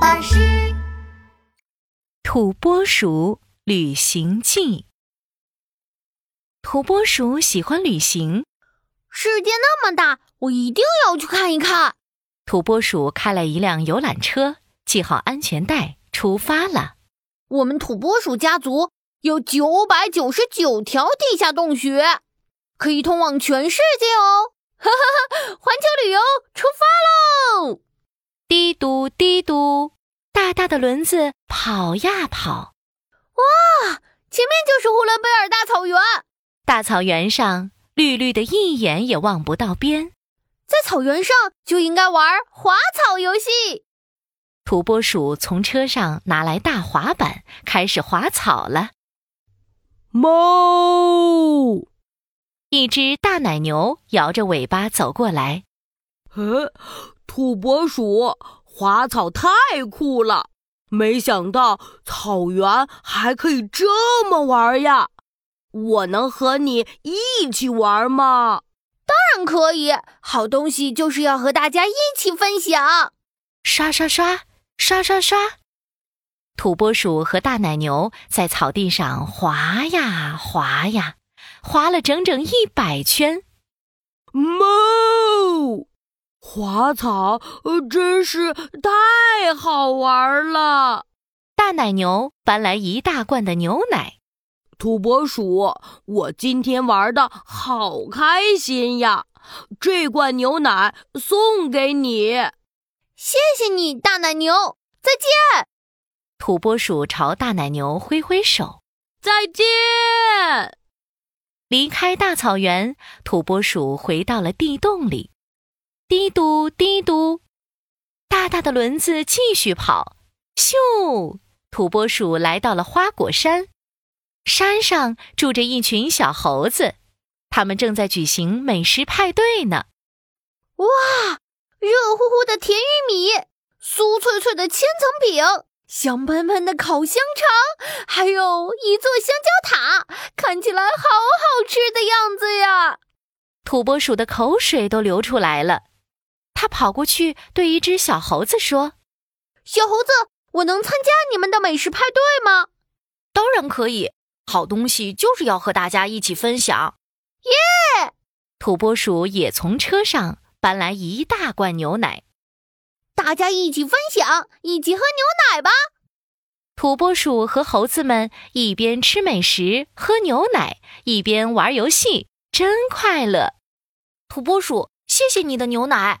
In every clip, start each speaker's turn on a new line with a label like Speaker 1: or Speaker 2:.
Speaker 1: 巴士
Speaker 2: 土拨鼠旅行记。土拨鼠喜欢旅行。
Speaker 1: 世界那么大，我一定要去看一看。
Speaker 2: 土拨鼠开了一辆游览车，系好安全带，出发了。
Speaker 1: 我们土拨鼠家族有九百九十九条地下洞穴，可以通往全世界哦！哈哈哈，环球旅游出发喽！
Speaker 2: 嘀嘟嘀嘟，大大的轮子跑呀跑。
Speaker 1: 前面就是呼伦贝尔大草原，
Speaker 2: 大草原上，绿绿的一眼也望不到边。
Speaker 1: 在草原上就应该玩滑草游戏。
Speaker 2: 土拨鼠从车上拿来大滑板，开始滑草了。
Speaker 3: 哞！
Speaker 2: 一只大奶牛摇着尾巴走过来，
Speaker 3: 哎，土拨鼠滑草太酷了，没想到草原还可以这么玩呀！我能和你一起玩吗？
Speaker 1: 当然可以，好东西就是要和大家一起分享。
Speaker 2: 刷刷刷，刷刷刷。土拨鼠和大奶牛在草地上滑呀滑呀，滑了整整一百圈。
Speaker 3: 哞！滑草呃真是太好玩了。
Speaker 2: 大奶牛搬来一大罐的牛奶，
Speaker 3: 土拨鼠，我今天玩的好开心呀！这罐牛奶送给你。
Speaker 1: 谢谢你，大奶牛。再见。
Speaker 2: 土拨鼠朝大奶牛挥挥手。
Speaker 3: 再见。
Speaker 2: 离开大草原，土拨鼠回到了地洞里。嘀嘟嘀嘟，大大的轮子继续跑。咻！土拨鼠来到了花果山，山上住着一群小猴子，他们正在举行美食派对呢。
Speaker 1: 热乎乎的甜玉米，酥脆脆的千层饼，香喷喷的烤香肠，还有一座香蕉塔，看起来好好吃的样子呀！
Speaker 2: 土拨鼠的口水都流出来了。它跑过去对一只小猴子说
Speaker 1: 小猴子，我能参加你们的美食派对吗？：“
Speaker 2: 当然可以，好东西就是要和大家一起分享。”
Speaker 1: 耶！
Speaker 2: 土拨鼠也从车上搬来一大罐牛奶。
Speaker 1: 大家一起分享，一起喝牛奶吧！
Speaker 2: 土拨鼠和猴子们一边吃美食、喝牛奶，一边玩游戏，真快乐。土拨鼠，谢谢你的牛奶。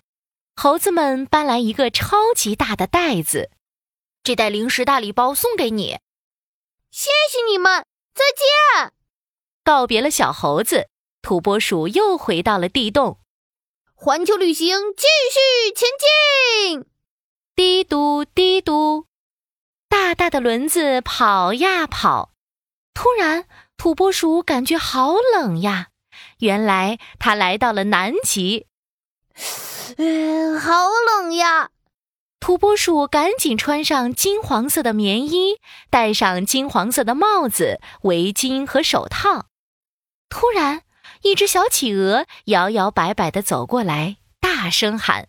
Speaker 2: 猴子们搬来一个超级大的袋子，这袋零食大礼包送给你。
Speaker 1: 谢谢你们，再见。
Speaker 2: 告别了小猴子，土拨鼠又回到了地洞。
Speaker 1: 环球旅行继续前进。
Speaker 2: 嘀嘟嘀嘟，大大的轮子跑呀跑。突然，土拨鼠感觉好冷呀！原来它来到了南极。
Speaker 1: 嗯，好冷呀！
Speaker 2: 土拨鼠赶紧穿上金黄色的棉衣，戴上金黄色的帽子、围巾和手套。突然，一只小企鹅摇摇摆摆地走过来，大声喊。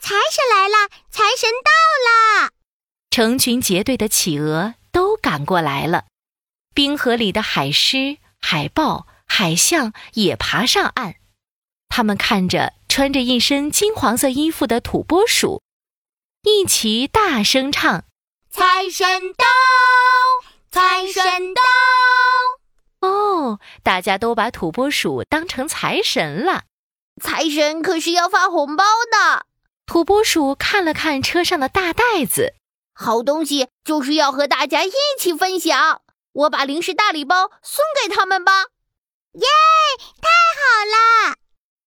Speaker 1: 财神来了，财神到！
Speaker 2: 成群结队的企鹅都赶过来了。冰河里的海狮、海豹、海象也爬上岸。它们看着穿着一身金黄色衣服的土拨鼠，一齐大声唱
Speaker 1: 财神到，财神到！：“
Speaker 2: 哦！”大家都把土拨鼠当成财神了。
Speaker 1: 财神可是要发红包的，
Speaker 2: 土拨鼠看了看车上的大袋子，
Speaker 1: 好东西就是要和大家一起分享。我把零食大礼包送给他们吧！耶，太好了！